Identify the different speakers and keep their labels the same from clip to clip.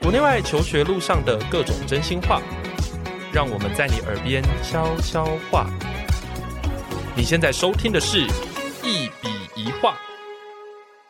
Speaker 1: 国内外求学路上的各种真心话，让我们在你耳边悄悄话。你现在收听的是《一笔一画》。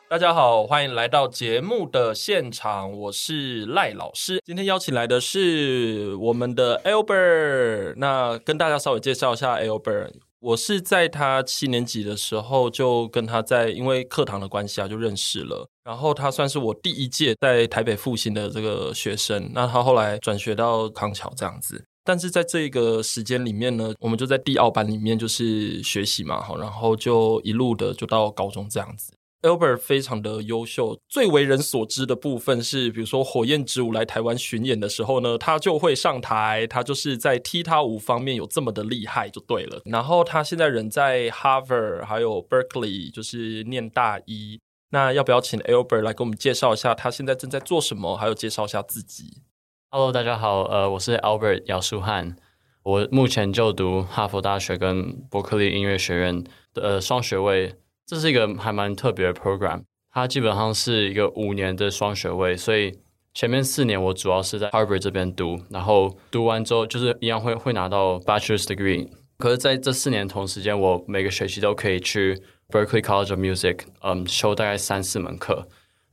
Speaker 1: 大家好，欢迎来到节目的现场，我是赖老师。今天邀请来的是我们的 Albert，那跟大家稍微介绍一下 Albert。我是在他七年级的时候就跟他在因为课堂的关系啊就认识了，然后他算是我第一届在台北复兴的这个学生，那他后来转学到康桥这样子。但是在这个时间里面呢，我们就在地奥班里面就是学习嘛，好，然后就一路的就到高中这样子。Albert 非常的优秀，最为人所知的部分是，比如说《火焰之舞》来台湾巡演的时候呢，他就会上台，他就是在踢踏舞方面有这么的厉害就对了。然后他现在人在 Harvard 还有 Berkeley，就是念大一。那要不要请 Albert 来给我们介绍一下他现在正在做什么，还有介绍一下自己？
Speaker 2: Hello，大家好，呃，我是 Albert 姚舒翰，我目前就读哈佛大学跟伯克利音乐学院的呃双学位，这是一个还蛮特别的 program，它基本上是一个五年的双学位，所以前面四年我主要是在 Harvard 这边读，然后读完之后就是一样会会拿到 bachelor's degree，可是在这四年同时间，我每个学期都可以去 Berkeley College of Music，嗯，修大概三四门课，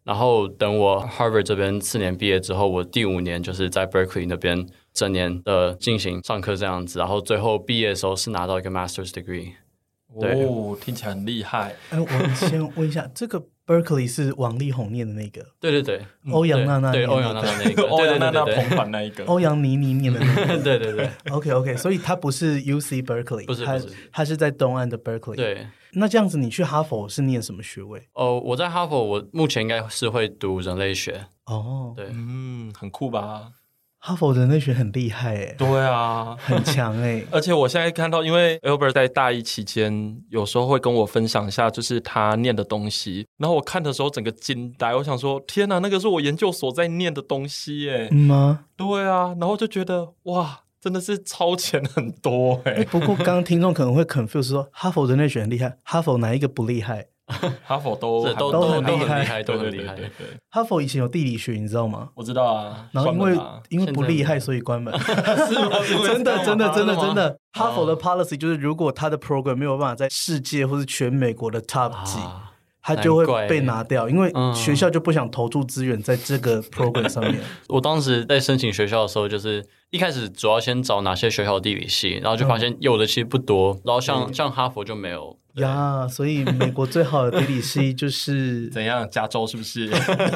Speaker 2: 然后等我 Harvard 这边四年毕业之后，我第五年就是在 Berkeley 那边整年的进行上课这样子，然后最后毕业的时候是拿到一个 Master's degree。对
Speaker 1: 哦，听起来很厉 害。
Speaker 3: 哎，我先问一下， 这个 Berkeley 是王力宏念的那个，
Speaker 2: 对对对，
Speaker 3: 欧阳
Speaker 2: 对
Speaker 3: 娜娜
Speaker 2: 对
Speaker 3: 念
Speaker 2: 欧
Speaker 3: 的
Speaker 2: 阳娜
Speaker 3: 那
Speaker 2: 娜
Speaker 3: 个，
Speaker 2: 那个，
Speaker 1: 欧阳娜娜
Speaker 2: 对对对对
Speaker 1: 捧版哦那一个，
Speaker 3: 欧阳妮妮念的 那个。
Speaker 2: 对对对
Speaker 3: OK OK，所以他不是 UC Berkeley，
Speaker 2: 不是
Speaker 3: 他
Speaker 2: 不是
Speaker 3: 他是在东岸的 Berkeley。，
Speaker 2: 对。
Speaker 3: 那这样子你去哈佛是念什么学位？
Speaker 2: 哦，我在哈佛，我目前应该是会读人类学，
Speaker 3: 哦，
Speaker 2: 对
Speaker 1: 嗯，很酷吧？
Speaker 3: 哈佛人类学很厉害哎，
Speaker 1: 对啊，。
Speaker 3: 很强哎
Speaker 1: 而且我现在看到，因为 Albert 在大一期间，有时候会跟我分享一下，就是他念的东西。然后我看的时候，整个惊呆，我想说：天哪，那个是我研究所在念的东西耶！
Speaker 3: 嗯吗？
Speaker 1: 对啊，然后就觉得哇，真的是超前很多 哎。
Speaker 3: 不过刚刚听众可能会 confuse 说哈佛人类学很厉害，哈佛哪一个不厉害？
Speaker 1: 哈佛都
Speaker 2: 是都
Speaker 3: 都
Speaker 2: 都
Speaker 3: 很厉
Speaker 2: 很
Speaker 3: 害
Speaker 2: 厉害，都
Speaker 1: 对对对
Speaker 2: 很厉
Speaker 1: 对
Speaker 2: 害。
Speaker 1: 对，
Speaker 3: 哈佛以前有地理学，你知道吗？
Speaker 1: 我知道啊。
Speaker 3: 然后因
Speaker 1: 算
Speaker 3: 为
Speaker 1: 了 吧
Speaker 3: 因为不厉害，所以关门。是
Speaker 1: 吗是会
Speaker 3: 真
Speaker 1: 这样吗
Speaker 3: 的真的真
Speaker 2: 真的
Speaker 3: 的
Speaker 2: 吗
Speaker 3: 真的。哈佛的 policy 就是，如果他的 program 没有办法在世界或是全美国的 top 级，
Speaker 2: 啊，
Speaker 3: 他就
Speaker 2: 难怪
Speaker 3: 会被拿掉，因为
Speaker 2: 嗯
Speaker 3: 学校就不想投注资源在这个 program 上面。
Speaker 2: 我当时在申请学校的时候，就是一开始主要先找哪些学校的地理系，然后就发现有的其实不多，然后像像哈佛就没有。
Speaker 3: 呀，所以美国最好的地理系就是
Speaker 1: 怎样？加州是不是？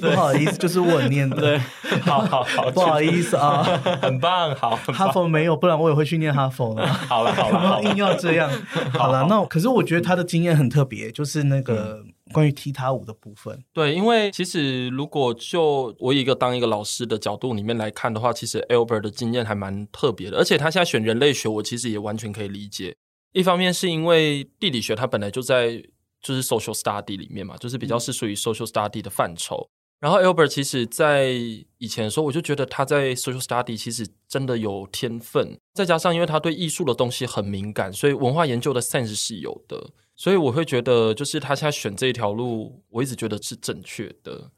Speaker 3: 不好意思，就是我念的，
Speaker 1: 好好好，
Speaker 3: 不好意思啊，
Speaker 1: 很棒，好，很
Speaker 3: 哈
Speaker 1: 棒。
Speaker 3: 佛没有，不然我也会去念哈佛了。
Speaker 1: 好了 好了好
Speaker 3: 然后
Speaker 1: 了
Speaker 3: 硬，要这样，好了，那我可是我觉得他的经验很特别，就是那个关于踢踏舞的部分。
Speaker 1: 对，因为其实如果就我以一个当一个老师的角度里面来看的话，其实 Albert 的经验还蛮特别的，而且他现在选人类学，我其实也完全可以理解。一方面是因为地理学它本来就在就是 social study 里面嘛，就是比较是属于 social study 的范畴。然后 Albert 其实在以前的时候，我就觉得他在 social study 其实真的有天分，再加上因为他对艺术的东西很敏感，所以文化研究的 sense 是有的。所以我会觉得，就是他现在选这一条路，我一直觉得是正确的，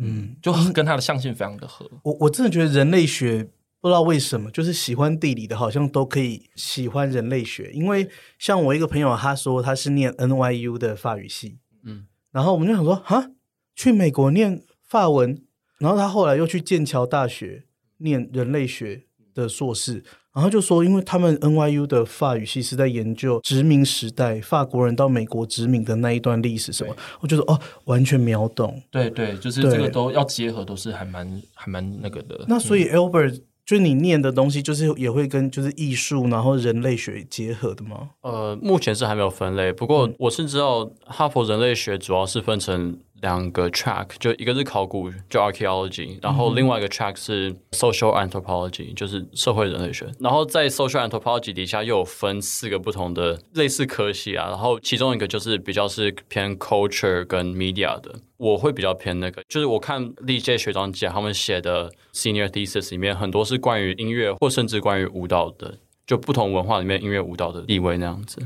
Speaker 3: 嗯，
Speaker 1: 就跟他的象性非常的合。
Speaker 3: 我我真的觉得人类学不知道为什么，就是喜欢地理的，好像都可以喜欢人类学。因为像我一个朋友，他说他是念 NYU 的法语系，
Speaker 2: 嗯，
Speaker 3: 然后我们就想说，哈，去美国念法文，然后他后来又去剑桥大学念人类学的硕士。然后就说，因为他们 NYU 的法语系是在研究殖民时代法国人到美国殖民的那一段历史什么，我觉得哦，完全秒懂。
Speaker 1: 对对，就是
Speaker 3: 对
Speaker 1: 这个都要结合，都是还蛮还蛮那个的。
Speaker 3: 那所以
Speaker 2: 嗯
Speaker 3: Albert，、就你念的东西，就是也会跟就是艺术，然后人类学结合的吗？
Speaker 2: 呃，目前是还没有分类，不过我是知道哈佛人类学主要是分成两个 track，就一个是考古，就 archaeology，然后另外一个 track 是 social anthropology，就是社会人类学。然后在 social anthropology 底下又有分四个不同的类似科系啊，然后其中一个就是比较是偏 culture 跟 media 的，我会比较偏那个，就是我看历届学长姐他们写的 senior thesis 里面很多是关于音乐或甚至关于舞蹈的，就不同文化里面音乐舞蹈的地位那样子。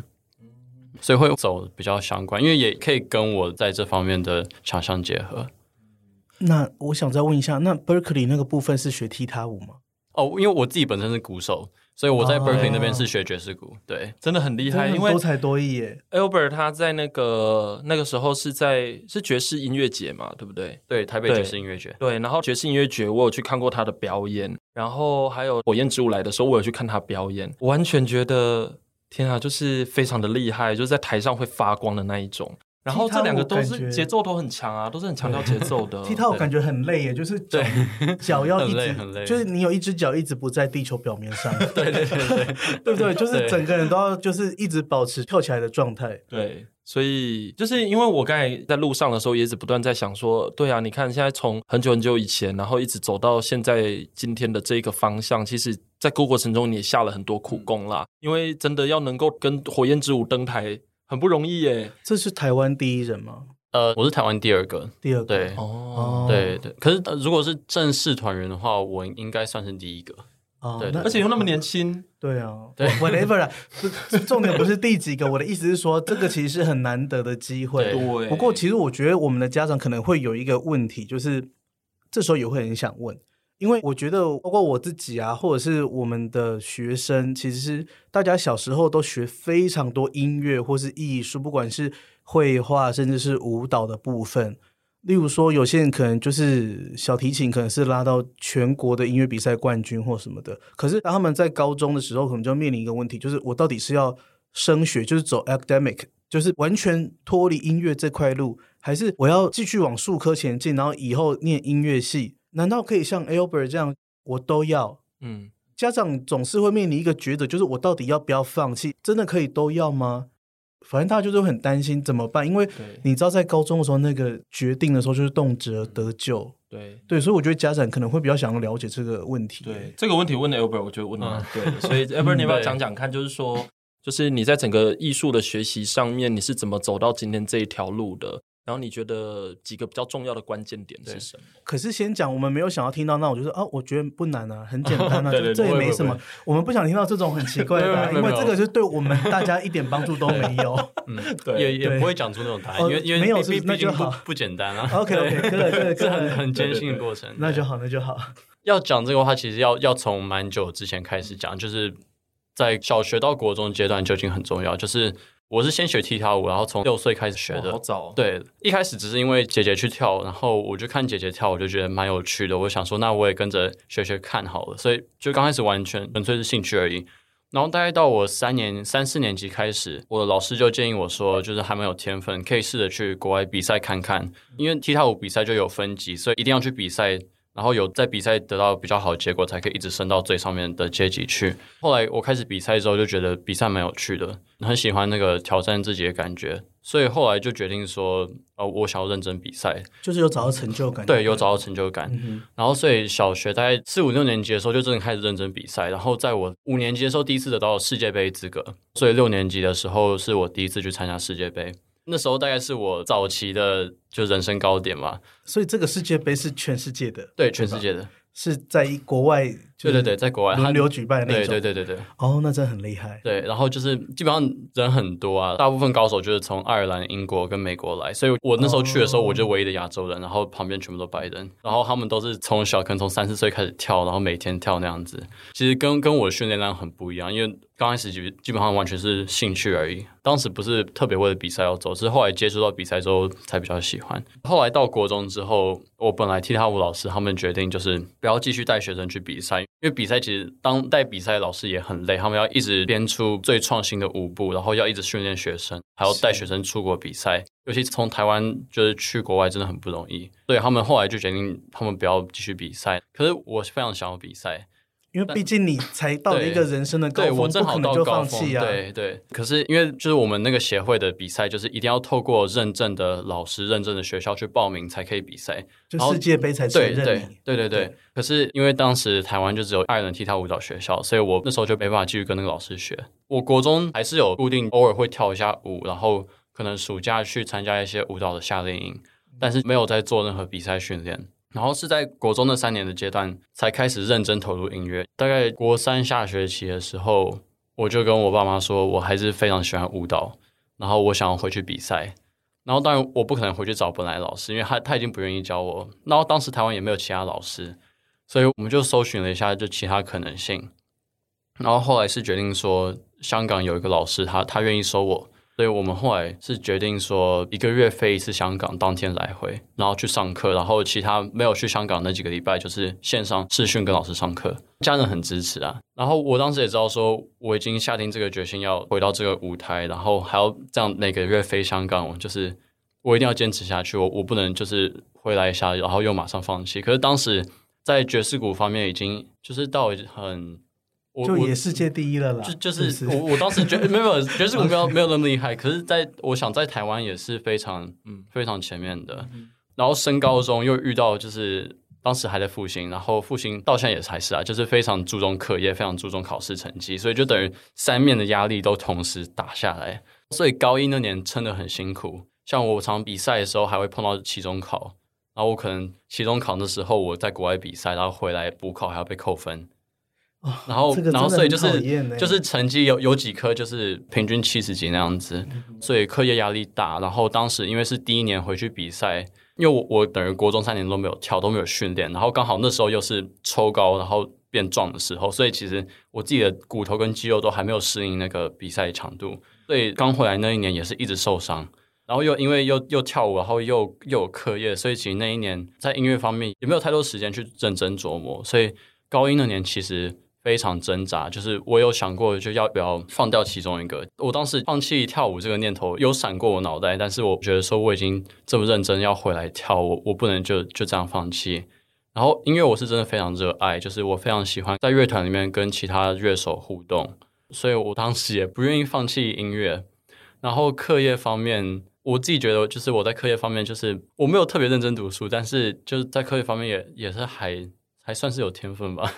Speaker 2: 所以会走比较相关，因为也可以跟我在这方面的想象结合。
Speaker 3: 那我想再问一下，那 Berkeley 那个部分是学踢踏舞吗？
Speaker 2: 哦，因为我自己本身是鼓手，所以我在 Berkeley
Speaker 3: 哦
Speaker 2: 那边是学爵士鼓。对，
Speaker 1: 真的很厉害，
Speaker 3: 真的
Speaker 1: 因
Speaker 3: 很
Speaker 1: 为
Speaker 3: 多才多艺耶。
Speaker 1: Albert 他在那个那个时候是在是爵士音乐节嘛，对不对？
Speaker 2: 对，台北
Speaker 1: 对
Speaker 2: 爵士音乐节。
Speaker 1: 对，然后爵士音乐节我有去看过他的表演，然后还有火焰之舞来的时候，我有去看他表演，我完全觉得天啊，就是非常的厉害，就是在台上会发光的那一种。然后
Speaker 3: 踢踏
Speaker 1: 这
Speaker 3: 舞
Speaker 1: 两个都
Speaker 3: 感觉
Speaker 1: 是节奏都很强啊，都是很强调节奏的。
Speaker 3: 踢踏我
Speaker 1: 对
Speaker 3: 感觉很累耶，就是脚 脚要
Speaker 2: 呃
Speaker 3: 一
Speaker 2: 很累
Speaker 3: 直
Speaker 2: 很累
Speaker 3: 就是你有一只脚一直不在地球表面上，
Speaker 2: 对对对对，
Speaker 3: 对不对？就是
Speaker 2: 对
Speaker 3: 整个人都要就是一直保持跳起来的状态。
Speaker 1: 对，所以就是因为我刚才在路上的时候，也一直不断在想说，对啊，你看现在从很久很久以前，然后一直走到现在今天的这个方向，其实在各过程中你也下了很多苦功啦，因为真的要能够跟火焰之舞登台很不容易耶。
Speaker 3: 这是台湾第一人吗？
Speaker 2: 呃，我是台湾第二个。
Speaker 3: 第二个
Speaker 2: 对
Speaker 1: 哦，
Speaker 2: 对对，可是、呃如果是正式团员的话，我应该算是第一个。
Speaker 3: 哦
Speaker 2: 对，
Speaker 3: 那
Speaker 1: 而且又那么年轻，
Speaker 3: 对啊，
Speaker 2: 对
Speaker 3: whatever 啊，不重点不是第几个，我的意思是说，这个其实是很难得的机会。
Speaker 2: 对
Speaker 1: 对
Speaker 3: 不过其实我觉得我们的家长可能会有一个问题，就是这时候也会很想问，因为我觉得包括我自己啊，或者是我们的学生，其实是大家小时候都学非常多音乐或是艺术，不管是绘画甚至是舞蹈的部分。例如说，有些人可能就是小提琴，可能是拉到全国的音乐比赛冠军或什么的。可是当他们在高中的时候，可能就面临一个问题，就是我到底是要升学，就是走 academic，就是完全脱离音乐这块路，还是我要继续往术科前进，然后以后念音乐系？难道可以像 Albert 这样，我都要？
Speaker 1: 嗯，
Speaker 3: 家长总是会面临一个抉择，就是我到底要不要放弃？真的可以都要吗？反正大家就是会很担心怎么办，因为
Speaker 1: 对
Speaker 3: 你知道，在高中的时候，那个决定的时候就是动辄得咎，
Speaker 2: 嗯
Speaker 1: 对。
Speaker 3: 对，所以我觉得家长可能会比较想要了解这个问题。
Speaker 1: 对，这个问题问的 Albert，我觉得问的蛮对的，所 以 Albert 你要不要
Speaker 2: 对
Speaker 1: 讲讲看，就是说，就是你在整个艺术的学习上面，你是怎么走到今天这一条路的？然后你觉得几个比较重要的关键点是
Speaker 2: 对
Speaker 1: 什么？
Speaker 3: 可是先讲，我们没有想要听到那，我就说啊，我觉得不难啊，很简单 啊，
Speaker 2: 对对
Speaker 3: 就这也
Speaker 2: 不会
Speaker 3: 没
Speaker 2: 不会
Speaker 3: 什么
Speaker 2: 不。
Speaker 3: 我们不想听到这种很奇怪的答案，
Speaker 2: 没
Speaker 3: 因
Speaker 2: 有没
Speaker 3: 为
Speaker 2: 有
Speaker 3: 这个是对我们大家一点帮助都没 有。
Speaker 2: 嗯，
Speaker 1: 对
Speaker 2: 也也
Speaker 3: 对
Speaker 2: 不会讲出那种答案，
Speaker 3: 哦
Speaker 2: 因为因为
Speaker 3: 没有是
Speaker 2: 毕
Speaker 3: 不是那
Speaker 2: 毕
Speaker 3: 就
Speaker 2: 竟不
Speaker 3: 好
Speaker 2: 不简单啊。
Speaker 3: OK OK，
Speaker 2: 对
Speaker 3: 可以可以
Speaker 2: 是
Speaker 3: 可
Speaker 2: 很
Speaker 3: 以，
Speaker 2: 很艰辛
Speaker 1: 对对
Speaker 2: 的
Speaker 1: 对
Speaker 2: 过程。
Speaker 3: 那
Speaker 2: 对
Speaker 3: 就好，那就好。
Speaker 2: 要讲这个话，其实要要从蛮久之前开始讲，就是在小学到国中阶段就已经很重要。就是我是先学踢踏舞，然后从六岁开始学
Speaker 1: 哇好
Speaker 2: 的。
Speaker 1: 早，，
Speaker 2: 对，一开始只是因为姐姐去跳，然后我就看姐姐跳，我就觉得蛮有趣的。我想说，那我也跟着学学看好了。所以就刚开始完全纯粹是兴趣而已。然后大概到我三年、三四年级开始，我的老师就建议我说，就是还蛮有天分，可以试着去国外比赛看看。因为踢踏舞比赛就有分级，所以一定要去比赛，然后有在比赛得到比较好的结果，才可以一直升到最上面的阶级去。后来我开始比赛之后，就觉得比赛蛮有趣的，很喜欢那个挑战自己的感觉，所以后来就决定说，呃，我想要认真比赛，
Speaker 3: 就是有找到成就感，
Speaker 2: 对，有找到成就
Speaker 3: 嗯
Speaker 2: 感。然后，所以小学大概四五六年级的时候，就真的开始认真比赛。然后，在我五年级的时候，第一次得到世界杯资格，所以六年级的时候是我第一次去参加世界杯。那时候大概是我早期的就人生高点嘛，
Speaker 3: 所以这个世界杯是全世界的，
Speaker 2: 对，全世界的，
Speaker 3: 是在一国外，就
Speaker 2: 对
Speaker 3: 是
Speaker 2: 对对，在国外它
Speaker 3: 轮流举办的那
Speaker 2: 对
Speaker 3: 种。
Speaker 2: 对对对对
Speaker 3: 哦，那真的很厉害。
Speaker 2: 对，然后就是基本上人很多啊，大部分高手就是从爱尔兰、英国跟美国来，所以我那时候去的时候，
Speaker 3: 哦
Speaker 2: 我就唯一的亚洲人，然后旁边全部都白人，然后他们都是从小可能从三四岁开始跳，然后每天跳那样子，其实跟跟我的训练量很不一样，因为刚开始基基本上完全是兴趣而已，当时不是特别为了比赛要走，是后来接触到比赛之后才比较喜欢。后来到国中之后，我本来踢踏舞老师他们决定就是不要继续带学生去比赛，因为比赛其实当带比赛的老师也很累，他们要一直编出最创新的舞步，然后要一直训练学生，还要带学生出国比赛，尤其从台湾就是去国外真的很不容易，所以他们后来就决定他们不要继续比赛。可是我非常想要比赛，
Speaker 3: 因为毕竟你才到了一个人生的高
Speaker 2: 对
Speaker 3: 峰，
Speaker 2: 我正
Speaker 3: 不
Speaker 2: 好
Speaker 3: 可
Speaker 2: 到
Speaker 3: 能就
Speaker 2: 高
Speaker 3: 放
Speaker 2: 峰，
Speaker 3: 弃啊。
Speaker 2: 对对。可是因为就是我们那个协会的比赛，就是一定要透过认证的老师、认证的学校去报名才可以比赛。
Speaker 3: 就
Speaker 2: 然后
Speaker 3: 世界杯才承
Speaker 2: 对
Speaker 3: 认你。
Speaker 2: 对对对对
Speaker 3: 对。
Speaker 2: 可是因为当时台湾就只有爱尔兰踢踏舞蹈学校，所以我那时候就没办法继续跟那个老师学。我国中还是有固定偶尔会跳一下舞，然后可能暑假去参加一些舞蹈的夏令营，
Speaker 3: 嗯
Speaker 2: 但是没有在做任何比赛训练。然后是在国中那三年的阶段才开始认真投入音乐。大概国三下学期的时候，我就跟我爸妈说，我还是非常喜欢舞蹈，然后我想要回去比赛。然后当然我不可能回去找本来老师，因为他他已经不愿意教我。然后当时台湾也没有其他老师，所以我们就搜寻了一下就其他可能性。然后后来是决定说，香港有一个老师，他他愿意收我，所以我们后来是决定说，一个月飞一次香港，当天来回，然后去上课，然后其他没有去香港那几个礼拜，就是线上视讯跟老师上课，家人很支持啊。然后我当时也知道说，我已经下定这个决心要回到这个舞台，然后还要这样每个月飞香港，我就是我一定要坚持下去，我我不能就是回来一下，然后又马上放弃。可是当时在爵士鼓方面已经就是到很。我
Speaker 3: 就
Speaker 2: 我
Speaker 3: 也世界第一了啦。
Speaker 2: 就就是是
Speaker 3: 不
Speaker 2: 我我当时觉得没有 没有爵士鼓没有没有那么厉害，可是在我想在台湾也是非常
Speaker 1: 嗯
Speaker 2: 非常前面的。然后升高中又遇到就是当时还在复兴，然后复兴到现在也还是啊，就是非常注重课业，非常注重考试成绩，所以就等于三面的压力都同时打下来。所以高一那年撑得很辛苦，像我常比赛的时候还会碰到期中考，然后我可能期中考的时候我在国外比赛，然后回来补考还要被扣分。然后，
Speaker 3: 哦这个真的
Speaker 2: 然后，所以就
Speaker 3: 很讨
Speaker 2: 是
Speaker 3: 厌欸
Speaker 2: 就是成绩有有几科就是平均七十几那样子，
Speaker 3: 嗯
Speaker 2: 所以课业压力大。然后当时因为是第一年回去比赛，因为我我等于国中三年都没有跳，都没有训练，然后刚好那时候又是抽高，然后变壮的时候，所以其实我自己的骨头跟肌肉都还没有适应那个比赛强度，所以刚回来那一年也是一直受伤。然后又因为又又跳舞，然后又又有课业，所以其实那一年在音乐方面也没有太多时间去认真琢磨。所以高一那年其实非常挣扎，就是我有想过就要不要放掉其中一个。我当时放弃跳舞这个念头有闪过我脑袋，但是我觉得说我已经这么认真要回来跳，我我不能就就这样放弃。然后音乐我是真的非常热爱，就是我非常喜欢在乐团里面跟其他乐手互动，所以我当时也不愿意放弃音乐。然后课业方面，我自己觉得就是我在课业方面就是我没有特别认真读书，但是就是在课业方面也也是还还算是有天分吧。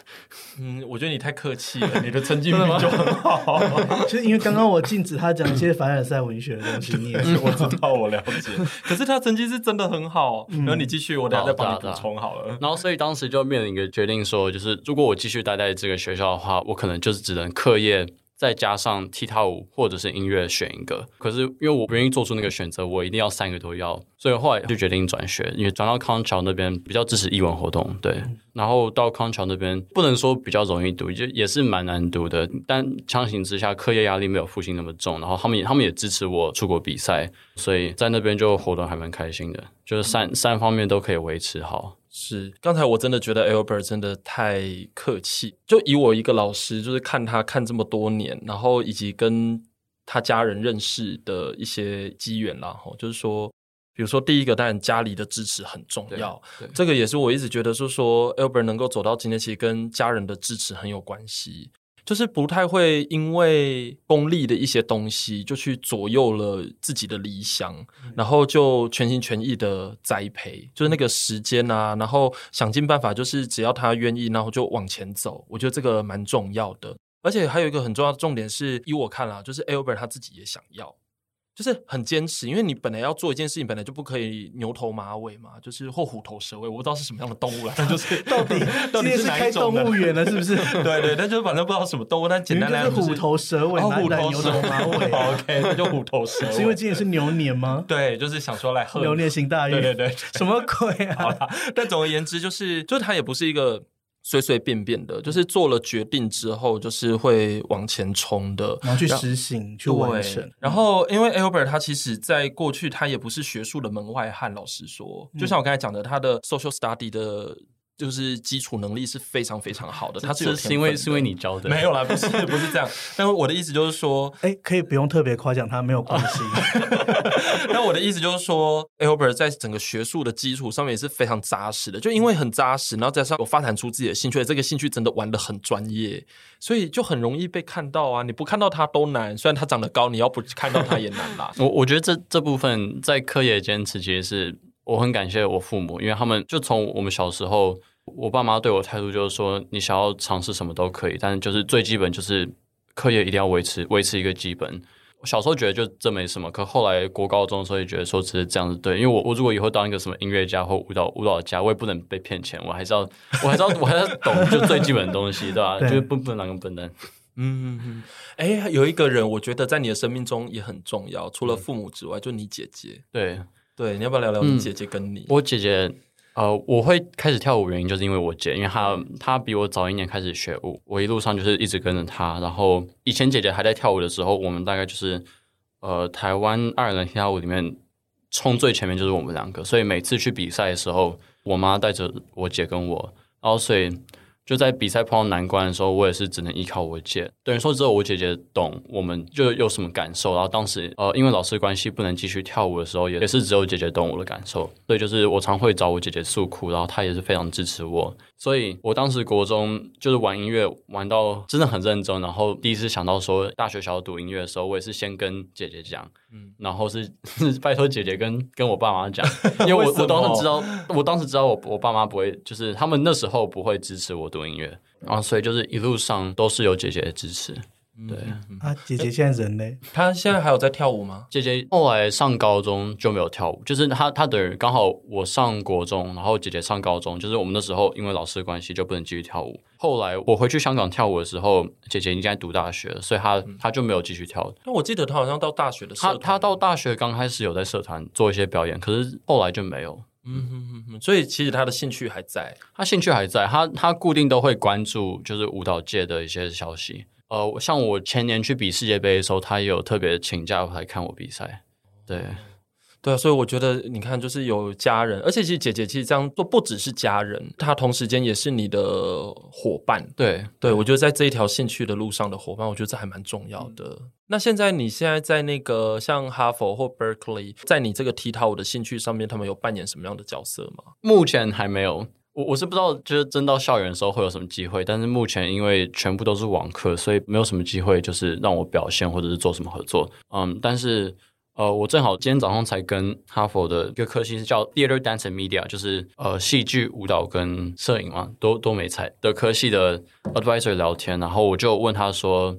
Speaker 1: 嗯，我觉得你太客气了，你的成 绩明明就很好。
Speaker 3: 其实因为刚刚我禁止他讲一些凡尔赛文学的东西，你也是
Speaker 1: 我知道，我了解。 可是他成绩是真的很好，然后你继续，我等下再帮你补充好了。
Speaker 2: 然后所以当时就面临一个决定说，就是如果我继续待在这个学校的话，我可能就是只能课业。再加上踢踏舞或者是音乐选一个，可是因为我不愿意做出那个选择，我一定要三个都要，所以后来就决定转学，因为转到康桥那边比较支持艺文活动，对。然后到康桥那边不能说比较容易读，就也是蛮难读的，但相形之下课业压力没有复兴那么重，然后他们也他们也支持我出国比赛，所以在那边就活动还蛮开心的，就是三三方面都可以维持好，
Speaker 1: 是，刚才我真的觉得 Albert 真的太客气。就以我一个老师，就是看他看这么多年，然后以及跟他家人认识的一些机缘啦，吼，就是说，比如说第一个，当然家里的支持很重要，
Speaker 2: 对对
Speaker 1: 这个也是我一直觉得，就是说 Albert 能够走到今天，其实跟家人的支持很有关系。就是不太会因为功利的一些东西，就去左右了自己的理想，然后就全心全意的栽培，就是那个时间啊，然后想尽办法，就是只要他愿意，然后就往前走。我觉得这个蛮重要的，而且还有一个很重要的重点是，依我看啦，就是 Albert 他自己也想要，就是很坚持，因为你本来要做一件事情，本来就不可以牛头马尾嘛，就是或虎头蛇尾，我不知道是什么样的动物啦，但就是
Speaker 3: 到底
Speaker 1: 到
Speaker 3: 今
Speaker 1: 底
Speaker 3: 天是
Speaker 1: 哪
Speaker 3: 开
Speaker 1: 一种
Speaker 3: 动
Speaker 1: 的
Speaker 3: 物园了，是不是？
Speaker 1: 对对，但就是反正不知道什么动物，但简单来
Speaker 3: 明
Speaker 1: 讲
Speaker 3: 明就是是虎头蛇尾，
Speaker 1: 哦
Speaker 3: 哪里
Speaker 1: 虎
Speaker 3: 来
Speaker 1: 头
Speaker 3: 牛
Speaker 1: 蛇哦
Speaker 3: 头 马尾？
Speaker 1: OK，那就虎头蛇尾。
Speaker 3: 是因为今年是牛年吗？
Speaker 1: 对，就是想说来喝
Speaker 3: 牛年行大运，
Speaker 1: 对对对，
Speaker 3: 什么鬼
Speaker 1: 好
Speaker 3: 啊？
Speaker 1: 啦， 但总而言之，就是就是他也不是一个随随便便的，就是做了决定之后，就是会往前冲的。
Speaker 3: 然后去实行，去哦完成
Speaker 1: 对。然后，因为 Albert 他其实在过去他也不是学术的门外汉，老实说，就像我刚才讲的，他的 social study 的。就是基础能力是非常非常好的，他是有
Speaker 2: 这是因为
Speaker 1: 天分的
Speaker 2: 是因为你教的，。
Speaker 1: 没有啦，不是不是这样。但我的意思就是说，
Speaker 3: 哎，可以不用特别夸奖他，没有关系。
Speaker 1: 那我的意思就是说，Albert 在整个学术的基础上面也是非常扎实的，就因为很扎实，然后加上我发展出自己的兴趣，而这个兴趣真的玩的很专业，所以就很容易被看到啊。你不看到他都难，虽然他长得高，你要不看到他也难啦
Speaker 2: 我我觉得这这部分在课业坚持，其实是我很感谢我父母，因为他们就从我们小时候，我爸妈对我态度就是说，你想要尝试什么都可以，但是就是最基本就是课业一定要维持维持一个基本。我小时候觉得就这没什么，可后来国高中的时候也觉得说只是这样子对，因为我我如果以后当一个什么音乐家或舞蹈舞蹈家，我也不能被 骗钱，我还是要我还是要我还是要懂就最基本的东西，对吧、
Speaker 3: 对
Speaker 2: 就是不不能当个笨蛋。
Speaker 1: 嗯嗯嗯，哎、有一个人，我觉得在你的生命中也很重要，除
Speaker 2: 嗯
Speaker 1: 了父母之外，就你姐姐。
Speaker 2: 对
Speaker 1: 对，你要不要聊聊你姐姐跟你？
Speaker 2: 嗯我姐姐，呃，我会开始跳舞原因就是因为我姐，因为她她比我早一年开始学舞，我一路上就是一直跟着她。然后以前姐姐还在跳舞的时候，我们大概就是呃台湾爱尔兰跳舞里面冲最前面就是我们两个，所以每次去比赛的时候，我妈带着我姐跟我，然后所以。就在比赛碰到难关的时候，我也是只能依靠我姐。等于说，只有我姐姐懂我们就有什么感受。然后当时呃，因为老师关系不能继续跳舞的时候，也也是只有姐姐懂我的感受。所以就是我常会找我姐姐诉苦，然后她也是非常支持我。所以我当时国中就是玩音乐玩到真的很认真，然后第一次想到说大学想要读音乐的时候，我也是先跟姐姐讲，嗯，然后是 是拜托姐姐跟跟我爸妈讲，因为我
Speaker 1: 为什么
Speaker 2: 我当时知道，我当时知道我我爸妈不会，就是他们那时候不会支持我读音乐，然后所以就是一路上都是有姐姐的支持。对，
Speaker 3: 啊，姐姐现在人呢？
Speaker 1: 她现在还有在跳舞吗？
Speaker 2: 姐姐后来上高中就没有跳舞，就是她她等于刚好我上国中，然后姐姐上高中，就是我们那时候因为老师的关系就不能继续跳舞。后来我回去香港跳舞的时候，姐姐应该读大学了，所以她她就没有继续跳。
Speaker 1: 那我记得她好像到大学的时
Speaker 2: 她
Speaker 1: 候，
Speaker 2: 她到大学刚开始有在社团做一些表演，可是后来就没有。
Speaker 1: 嗯嗯嗯嗯，所以其实她的兴趣还在。
Speaker 2: 他兴趣还在，他他固定都会关注就是舞蹈界的一些消息。呃，像我前年去比世界杯的时候，他也有特别请假来看我比赛。对，
Speaker 1: 对啊，所以我觉得你看，就是有家人，而且其实姐姐其实这样做不只是家人，她同时间也是你的伙伴。
Speaker 2: 对，
Speaker 1: 对，我觉得在这一条兴趣的路上的伙伴，我觉得这还蛮重要的。那现在你现在在那个像哈佛或 Berkeley，在你这个踢踏舞的兴趣上面，他们有扮演什么样的角色吗？
Speaker 2: 目前还没有。我我是不知道，就是真到校园的时候会有什么机会，但是目前因为全部都是网课，所以没有什么机会就是让我表现或者是做什么合作。嗯，但是呃，我正好今天早上才跟哈佛的一个科系是叫 Theater Dance and Media，就是呃戏剧、舞蹈跟摄影嘛，都都没才的科系的 advisor 聊天，然后我就问他说，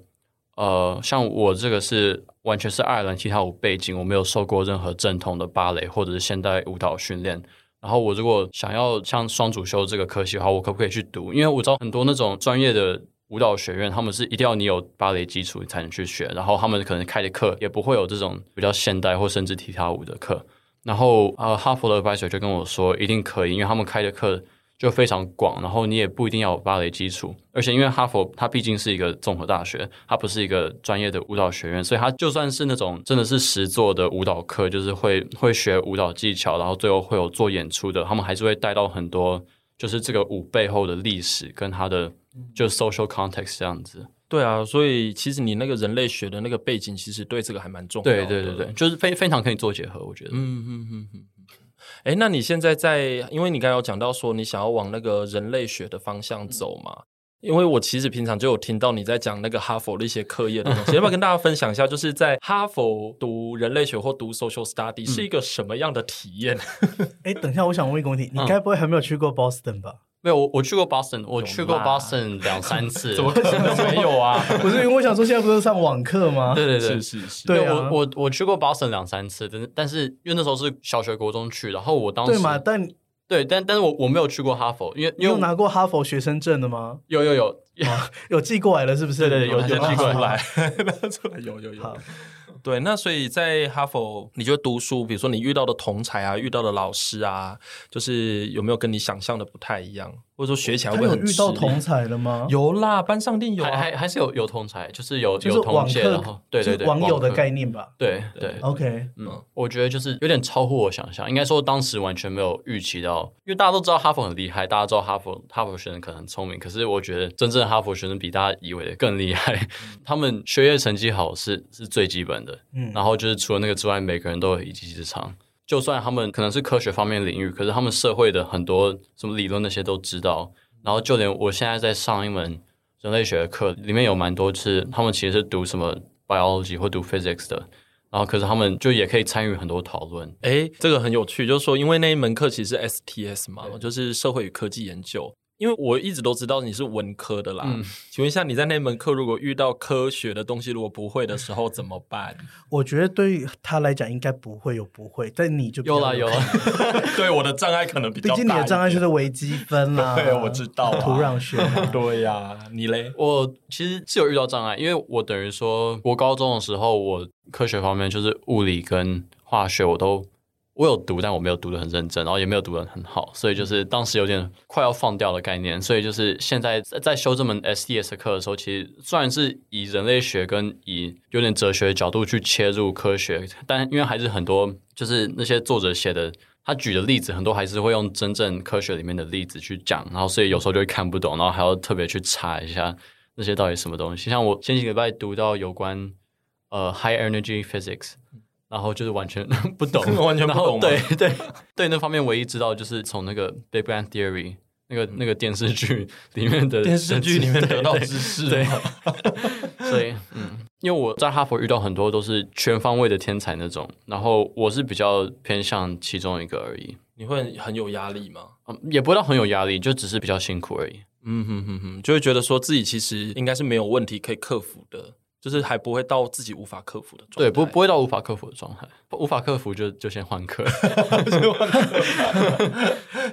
Speaker 2: 呃，像我这个是完全是爱尔兰踢踏舞背景，我没有受过任何正统的芭蕾或者是现代舞蹈训练，然后我如果想要像双主修这个科系的话，我可不可以去读？因为我知道很多那种专业的舞蹈学院，他们是一定要你有芭蕾基础你才能去学，然后他们可能开的课也不会有这种比较现代或甚至踢踏舞的课。然后呃，哈佛的 advisor 就跟我说，一定可以，因为他们开的课就非常广，然后你也不一定要有芭蕾基础，而且因为哈佛它毕竟是一个综合大学，它不是一个专业的舞蹈学院，所以它就算是那种真的是实作的舞蹈课，就是会会学舞蹈技巧，然后最后会有做演出的，他们还是会带到很多就是这个舞背后的历史跟它的就 social context 这样子。
Speaker 1: 对啊，所以其实你那个人类学的那个背景，其实对这个还蛮重要
Speaker 2: 对
Speaker 1: 的。
Speaker 2: 对对对，就是非非常可以做结合，我觉得。
Speaker 1: 嗯嗯嗯嗯。哎，那你现在在，因为你刚才有讲到说你想要往那个人类学的方向走嘛？因为我其实平常就有听到你在讲那个哈佛的一些课业的东西，要不要跟大家分享一下？就是在哈佛读人类学或读 social study 是一个什么样的体验？
Speaker 3: 哎，等一下，我想问一个问
Speaker 2: 嗯
Speaker 3: 题，你该不会还没有去过 Boston 吧？
Speaker 2: 没有，我我去过 Boston，我
Speaker 1: 有
Speaker 2: 去过
Speaker 1: 啦
Speaker 2: Boston 两三次，怎么
Speaker 1: 可能没有啊？
Speaker 3: 不是，因为我想说现在不是上网课 吗？
Speaker 2: 对对对，
Speaker 1: 是 是，
Speaker 3: 对啊
Speaker 2: 我我我去过 Boston 两三次，但是但是因为那时候是小学、国中去，然后我当时
Speaker 3: 对嘛？但你
Speaker 2: 对但但是我我没有去过哈佛，因为因为
Speaker 3: 有
Speaker 2: 我
Speaker 3: 拿过哈佛学生证的吗？
Speaker 2: 有有有，
Speaker 3: 有寄过来了是不是？
Speaker 2: 对对对有
Speaker 1: 有
Speaker 2: 有
Speaker 1: 拿
Speaker 2: 寄
Speaker 1: 出
Speaker 2: 过
Speaker 1: 来，拿出来，有有有
Speaker 3: 好。，
Speaker 1: 对，那所以在哈佛，你就读书，比如说你遇到的同才啊，遇到的老师啊，就是有没有跟你想象的不太一样，或者说学起来
Speaker 3: 他
Speaker 1: 会不会
Speaker 3: 有
Speaker 1: 很
Speaker 3: 遇到
Speaker 1: 吃力
Speaker 3: 同才了吗？，
Speaker 1: 有啦，班上一定有
Speaker 2: 还
Speaker 1: 啊。
Speaker 2: 还还是有有同才，就是有
Speaker 3: 就
Speaker 2: 有
Speaker 3: 是
Speaker 2: 同
Speaker 3: 网
Speaker 2: 届，
Speaker 3: 课
Speaker 2: 然后，对对
Speaker 3: 就
Speaker 2: 对，
Speaker 3: 是网友的
Speaker 2: 课
Speaker 3: 概念吧。
Speaker 2: 对对。
Speaker 3: OK，
Speaker 2: 嗯，我觉得就是有点超乎我想象，应该说当时完全没有预期到，因为大家都知道哈佛很厉害，大家知道哈佛哈佛学生可能很聪明，可是我觉得真正的哈佛学生比大家以为的更厉害， 他们学业成绩好是是最基本的，
Speaker 3: 嗯
Speaker 2: 然后就是除了那个之外，每个人都有一技之长。就算他们可能是科学方面领域，可是他们社会的很多什么理论那些都知道。然后就连我现在在上一门人类学的课，里面有蛮多是他们其实是读什么 biology 或读 physics 的，然后可是他们就也可以参与很多讨论。
Speaker 1: 哎，这个很有趣，就是说，因为那一门课其实是 STS 嘛，就是社会与科技研究。因为我一直都知道你是文科的啦。
Speaker 2: 嗯
Speaker 1: 请问一下，你在那门课如果遇到科学的东西，如果不会的时候怎么 办？
Speaker 3: 我觉得对于他来讲应该不会有不会，但你就比
Speaker 2: 有
Speaker 3: 较
Speaker 2: 啦有啦，
Speaker 1: 对我的障碍可能比
Speaker 3: 毕
Speaker 1: 较大一
Speaker 3: 竟
Speaker 1: 点。
Speaker 3: 你的障碍就是微积 分啦，
Speaker 1: 对我知道啊
Speaker 3: 土壤学嘛，
Speaker 1: 对呀、你嘞？，
Speaker 2: 我其实是有遇到障碍，因为我等于说，我高中的时候，我科学方面就是物理跟化学，我都我有读，但我没有读的很认真，然后也没有读的很好，所以就是当时有点快要放掉的概念。所以就是现在在在修这门 SDS 的课的时候，其实虽然是以人类学跟以有点哲学的角度去切入科学，但因为还是很多就是那些作者写的。他举的例子很多还是会用真正科学里面的例子去讲，然后所以有时候就会看不懂，然后还要特别去查一下那些到底什么东西。像我前几个礼拜读到有关呃 high energy physics，然后就是完全 不懂
Speaker 1: 完全不
Speaker 2: 然后
Speaker 1: 懂吗啊
Speaker 2: 对对对，那方面唯一知道就是从那个 Big Bang Theory 那个那个电视剧里面的
Speaker 1: 电视剧里面得到
Speaker 2: 对对
Speaker 1: 知识
Speaker 2: 对
Speaker 1: 吗，
Speaker 2: 所以，嗯，因为我在哈佛遇到很多都是全方位的天才那种，然后我是比较偏向其中一个而已，
Speaker 1: 你会很有压力吗？
Speaker 2: 嗯，也不到很有压力，就只是比较辛苦而已。
Speaker 1: 嗯哼哼哼，就会觉得说自己其实应该是没有问题可以克服的，就是还不会到自己无法克服的状态。
Speaker 2: 对，不不会到无法克服的状态，无法克服就就先换课。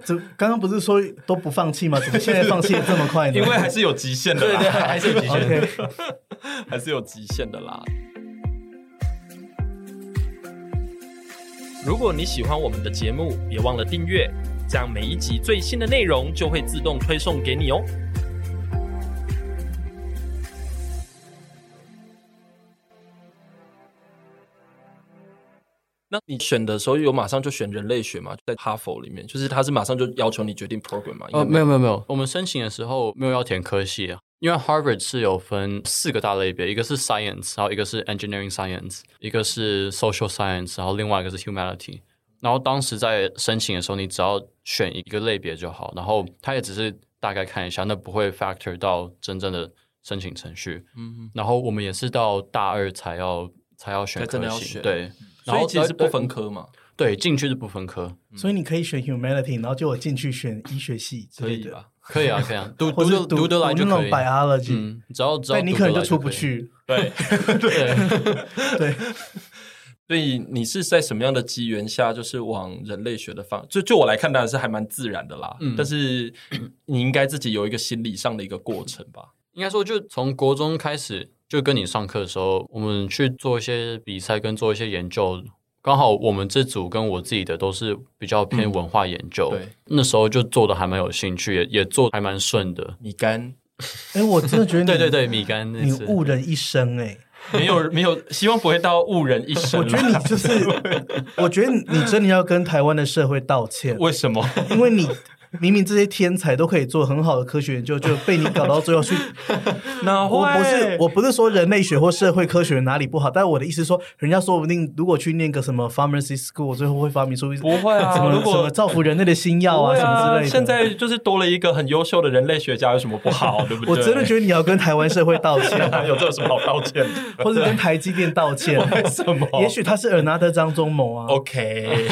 Speaker 3: 这刚刚不是说都不放弃吗？怎么现在放弃得这么快 呢？
Speaker 1: 因为还是有极限的啦，对对，还是有极
Speaker 3: OK，
Speaker 1: 还是有极限的啦。如果你喜欢我们的节目，别忘了订阅，这样每一集最新的内容就会自动推送给你哦。那你选的时候有马上就选人类学吗？在哈佛里面，就是他是马上就要求你决定 program 吗？
Speaker 2: 哦，
Speaker 1: 应该
Speaker 2: 没有没有没有，我们申请的时候没有要填科系啊，因为 Harvard 是有分四个大类别，一个是 Science，然后一个是 Engineering Science，一个是 Social Science，然后另外一个是 Humanity。然后当时在申请的时候，你只要选一个类别就好，然后他也只是大概看一下，那不会 factor 到真正的申请程序。
Speaker 1: 嗯，
Speaker 2: 然后我们也是到大二才要才要选
Speaker 1: 才真的
Speaker 2: 科
Speaker 1: 要
Speaker 2: 系，
Speaker 1: 选
Speaker 2: 对。
Speaker 1: 所
Speaker 2: 然
Speaker 1: 以
Speaker 2: 后
Speaker 1: 其
Speaker 2: 呃
Speaker 1: 实不分科嘛，
Speaker 2: 对进去是不分科，
Speaker 3: 所以你可以选 humanity，然后就我进去选医学系之
Speaker 1: 可
Speaker 3: 类
Speaker 1: 以
Speaker 3: 的，
Speaker 1: 吧？
Speaker 2: 可以啊可以 啊，读
Speaker 3: 或
Speaker 2: 读
Speaker 3: 是
Speaker 2: 得
Speaker 3: 读
Speaker 2: 得来就
Speaker 3: 那
Speaker 2: 可
Speaker 3: 种
Speaker 2: 以。
Speaker 3: biology，
Speaker 2: 嗯，只要只要
Speaker 3: 但你
Speaker 2: 读
Speaker 3: 可能
Speaker 2: 得来
Speaker 3: 就出不
Speaker 2: 可以。
Speaker 3: 去。
Speaker 1: 对，
Speaker 2: 对，
Speaker 3: 对，
Speaker 1: 所以你是在什么样的机缘下，就是往人类学的方？就就我来看，当然是还蛮自然的啦。
Speaker 2: 嗯
Speaker 1: 但是你应该自己有一个心理上的一个过程吧？
Speaker 2: 应该说就从国中开始，就跟你上课的时候，我们去做一些比赛跟做一些研究。刚好我们这组跟我自己的都是比较
Speaker 3: 嗯
Speaker 2: 偏文化研究，
Speaker 1: 对
Speaker 2: 那时候就做的还蛮有兴趣，也也做得还蛮顺的。
Speaker 1: 你干
Speaker 3: 哎，我真的觉得 你
Speaker 2: 对对，对，米干那
Speaker 3: 你
Speaker 2: 次，
Speaker 3: 误人一生哎。
Speaker 1: 没有没有，希望不会到误人一生
Speaker 3: 我
Speaker 1: 啦。，
Speaker 3: 觉得你就是， 我觉得你真的要跟台湾的社会道歉
Speaker 1: 为什么？
Speaker 3: 因为你明明这些天才都可以做很好的科学研究，就被你搞到最后去。
Speaker 1: 那
Speaker 3: 我不是我不是说人类学或社会科学哪里不好，但我的意思是说，人家说不定如果去念个什么 pharmacy school，最后会发明出一
Speaker 1: 不会啊
Speaker 3: 什么
Speaker 1: 如果
Speaker 3: 什么造福人类的新药啊
Speaker 1: 对
Speaker 3: 什么之类的。
Speaker 1: 现在就是多了一个很优秀的人类学家，有什么不好？对不对？
Speaker 3: 我真的觉得你要跟台湾社会道歉，
Speaker 1: 有这有什么好道歉 的？
Speaker 3: 或者跟台积电道歉。
Speaker 1: 为什么？
Speaker 3: 也许他是尔拿德张忠谋啊。
Speaker 1: OK，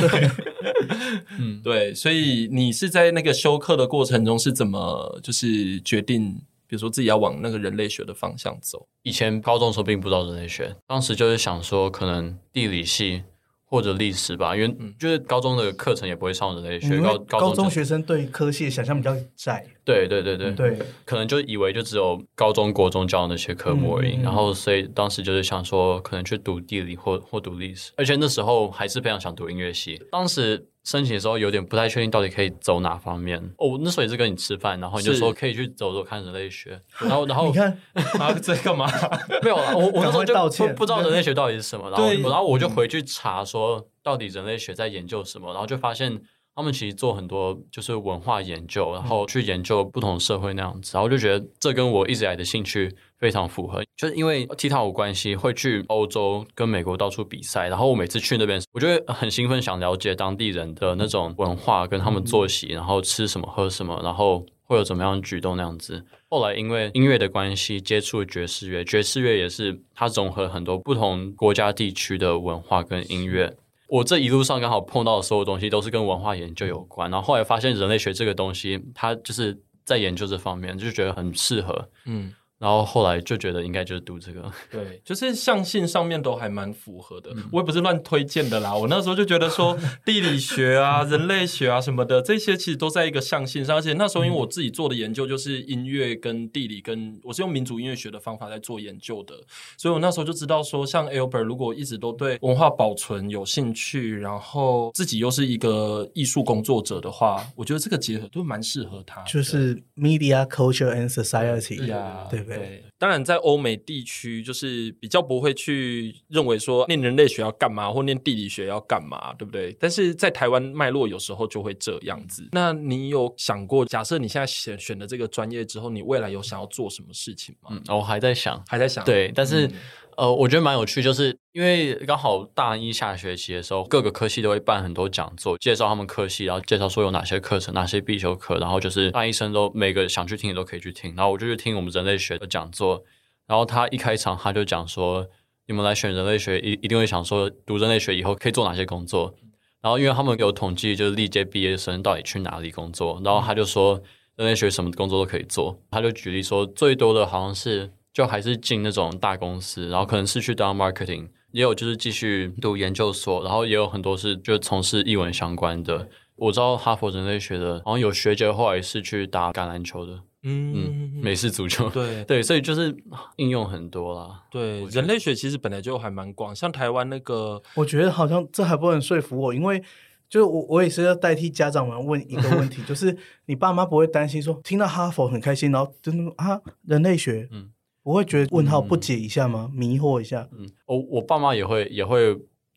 Speaker 1: 嗯，对，所以你是在那个修课的过程中是怎么就是决定，比如说自己要往那个人类学的方向走？
Speaker 2: 以前高中的时候并不知道人类学，当时就是想说可能地理系或者历史吧，因为就是高中的课程也不会上人类学，
Speaker 3: 嗯因为
Speaker 2: 高
Speaker 3: 嗯高
Speaker 2: 中
Speaker 3: 中学生对科系的想象比较窄，
Speaker 2: 对对对对
Speaker 3: 对，
Speaker 2: 可能就以为就只有高中、国中教的那些科目而已，
Speaker 3: 嗯嗯嗯
Speaker 2: 然后所以当时就是想说，可能去读地理或或读历史，而且那时候还是非常想读音乐系。当时申请的时候有点不太确定到底可以走哪方面。哦，我那时候也是跟你吃饭，然后你就是说可以去走走看人类学，然后然后
Speaker 3: 你看，
Speaker 1: 啊，在干嘛？
Speaker 2: 没有啦，啊我我那时候
Speaker 3: 赶快
Speaker 2: 就
Speaker 3: 道
Speaker 2: 不
Speaker 3: 歉
Speaker 2: 不知道人类学到底是什么，然后
Speaker 1: 对
Speaker 2: 然后我就回去查说到底人类学在研究什么，然后就发现他们其实做很多就是文化研究，然
Speaker 3: 嗯
Speaker 2: 后去研究不同社会那样子，然后就觉得这跟我一直以来的兴趣非常符合，就是因为踢踏舞关系会去欧洲跟美国到处比赛，然后我每次去那边，我就会很兴奋，想了解当地人的那种文化跟他们作息，然后吃什么喝什么，然后会有怎么样的举动那样子。后来因为音乐的关系，接触了爵士乐，爵士乐也是它融合很多不同国家地区的文化跟音乐。我这一路上刚好碰到的所有东西都是跟文化研究有关，然后后来发现人类学这个东西，它就是在研究这方面，就觉得很适合。
Speaker 1: 嗯，
Speaker 2: 然后后来就觉得应该就是读这个，
Speaker 1: 对，就是象性上面都还蛮符合的。我也不是乱推荐的啦，我那时候就觉得说地理学啊、人类学啊什么的，这些其实都在一个象性上。而且那时候因为我自己做的研究就是音乐跟地理跟，我是用民族音乐学的方法在做研究的，所以我那时候就知道说，像 Albert 如果一直都对文化保存有兴趣，然后自己又是一个艺术工作者的话，我觉得这个结合都蛮适合他的。
Speaker 3: 就是 media culture and
Speaker 1: 对
Speaker 3: society，
Speaker 1: 呀，
Speaker 3: 对不对？
Speaker 1: 对？当然，在欧美地区，就是比较不会去认为说念人类学要干嘛，或念地理学要干嘛，对不对？但是在台湾脉络有时候就会这样子。那你有想过，假设你现在选选的这个专业之后，你未来有想要做什么事情吗？
Speaker 2: 嗯，我还在想，
Speaker 1: 还在想？
Speaker 2: 对，但是、
Speaker 1: 嗯
Speaker 2: 呃，我觉得蛮有趣，就是因为刚好大一下学期的时候，各个科系都会办很多讲座，介绍他们科系，然后介绍说有哪些课程、哪些必修课，然后就是大一生都每个想去听的都可以去听。然后我就去听我们人类学的讲座，然后他一开场他就讲说，你们来选人类学一一定会想说，读人类学以后可以做哪些工作。然后因为他们有统计，就是历届毕业生到底去哪里工作，然后他就说人类学什么工作都可以做，他就举例说最多的好像是就还是进那种大公司，然后可能是去当 marketing，也有就是继续读研究所，然后也有很多是就从事译文相关的。我知道哈佛人类学的，好像有学姐后来是去打橄榄球的，嗯
Speaker 1: 嗯，
Speaker 2: 美式足球，
Speaker 1: 对
Speaker 2: 对，所以就是应用很多啦。
Speaker 1: 对，
Speaker 2: 我觉得
Speaker 1: 人类学其实本来就还蛮广，像台湾那个
Speaker 3: 我觉得好像这还不能说服我，因为就是我我也是要代替家长们问一个 问题，就是你爸妈不会担心说听到哈佛很开心，然后真的啊人类学，
Speaker 2: 嗯
Speaker 3: 不会觉得问号不解一下吗？迷惑一下，
Speaker 2: 嗯，我我爸妈也会也会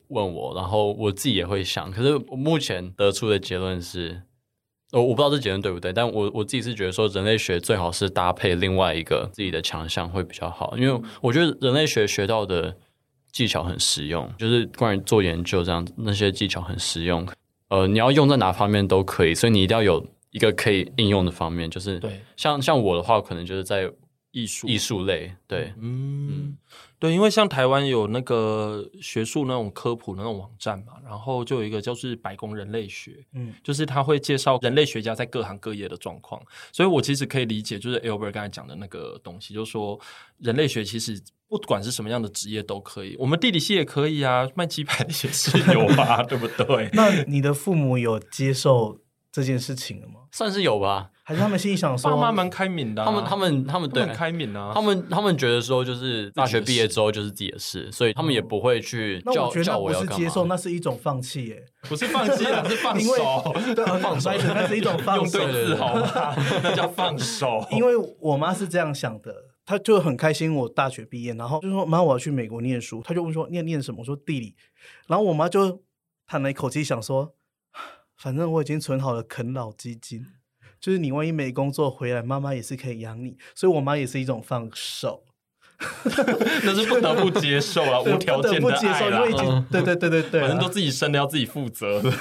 Speaker 2: 问我，然后我自己也会想，可是我目前得出的结论是，哦我我不知道这结论对不对，但我我自己是觉得说，人类学最好是搭配另外一个自己的强项会比较好，因为我觉得人类学学到的技巧很实用，就是关于做研究这样子那些技巧很实用，呃，你要用在哪方面都可以，所以你一定要有一个可以应用的方面，就是
Speaker 1: 对
Speaker 2: 像像我的话，可能就是在
Speaker 1: 艺术
Speaker 2: 艺术类，对，
Speaker 1: 嗯，对，因为像台湾有那个学术那种科普那种网站嘛，然后就有一个就是白宫人类学，
Speaker 3: 嗯，
Speaker 1: 就是他会介绍人类学家在各行各业的状况，所以我其实可以理解，就是 Albert 刚才讲的那个东西，就是说人类学其实。不管是什么样的职业都可以，我们地理系也可以啊，卖鸡排的也是有吧， 对不对？
Speaker 3: 那你的父母有接受这件事情了吗？
Speaker 2: 算是有吧。
Speaker 3: 还是他们心里想说，
Speaker 1: 爸妈蛮开明的啊、
Speaker 2: 他们他们他们
Speaker 1: 他
Speaker 2: 对
Speaker 1: 们很开明啊，
Speaker 2: 他们他们觉得说就是大学毕业之后就是自己的事，所以他们也不会去
Speaker 3: 哦那
Speaker 2: 叫
Speaker 3: 我觉得
Speaker 2: 叫
Speaker 3: 那
Speaker 2: 我
Speaker 3: 不
Speaker 2: 要
Speaker 3: 是
Speaker 2: 干
Speaker 3: 接受，
Speaker 2: 嘛。
Speaker 3: 那是一种放弃耶，
Speaker 1: 不是放弃啊，是放
Speaker 3: 因为
Speaker 1: 手，
Speaker 3: 对，放手，那是一种放
Speaker 1: 用
Speaker 3: 手，
Speaker 1: 对字好吗？那叫放手。
Speaker 3: 因为我妈是这样想的，她就很开心我大学毕业，然后就说妈我要去美国念书，她就问说念念什么，我说地理，然后我妈就叹了一口气，想说反正我已经存好了啃老基金，就是你万一没工作回来，妈妈也是可以养你，所以我妈也是一种放手，
Speaker 1: 那是不得不接受啦，
Speaker 3: 对
Speaker 1: 无条件
Speaker 3: 不
Speaker 1: 的
Speaker 3: 得不接
Speaker 1: 爱
Speaker 3: 受，因
Speaker 1: 啦
Speaker 3: 为已。经
Speaker 1: 嗯
Speaker 3: 对对对对对啊，
Speaker 1: 反正都自己生的，要自己负 责的。